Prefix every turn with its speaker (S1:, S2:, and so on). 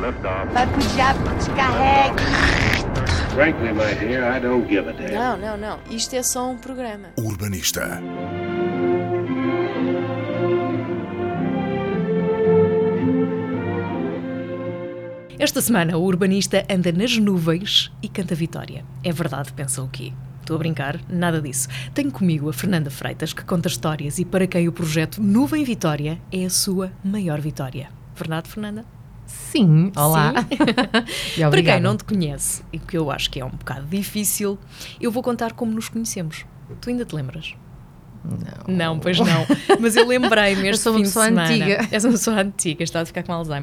S1: Liftoff.
S2: Vai pro diabo, descarrega.
S1: Frankly, my dear, I don't give a damn.
S3: Não, não, não. Isto é só um programa.
S4: O urbanista.
S5: Esta semana, o urbanista anda nas nuvens e canta vitória. É verdade, pensam o quê? Estou a brincar, nada disso. Tenho comigo a Fernanda Freitas, que conta histórias e para quem o projeto Nuvem Vitória é a sua maior vitória. Verdade, Fernanda?
S6: Sim, olá.
S5: Sim.
S6: E
S5: para quem
S6: obrigada.
S5: não te conhece, e que eu acho que é um bocado difícil, eu vou contar como nos conhecemos. Tu ainda te lembras? Não, pois não. Mas eu lembrei-me
S6: Eu
S5: este
S6: sou uma
S5: fim de
S6: pessoa
S5: semana.
S6: antiga.
S5: És uma pessoa antiga, está a ficar com Alzheimer.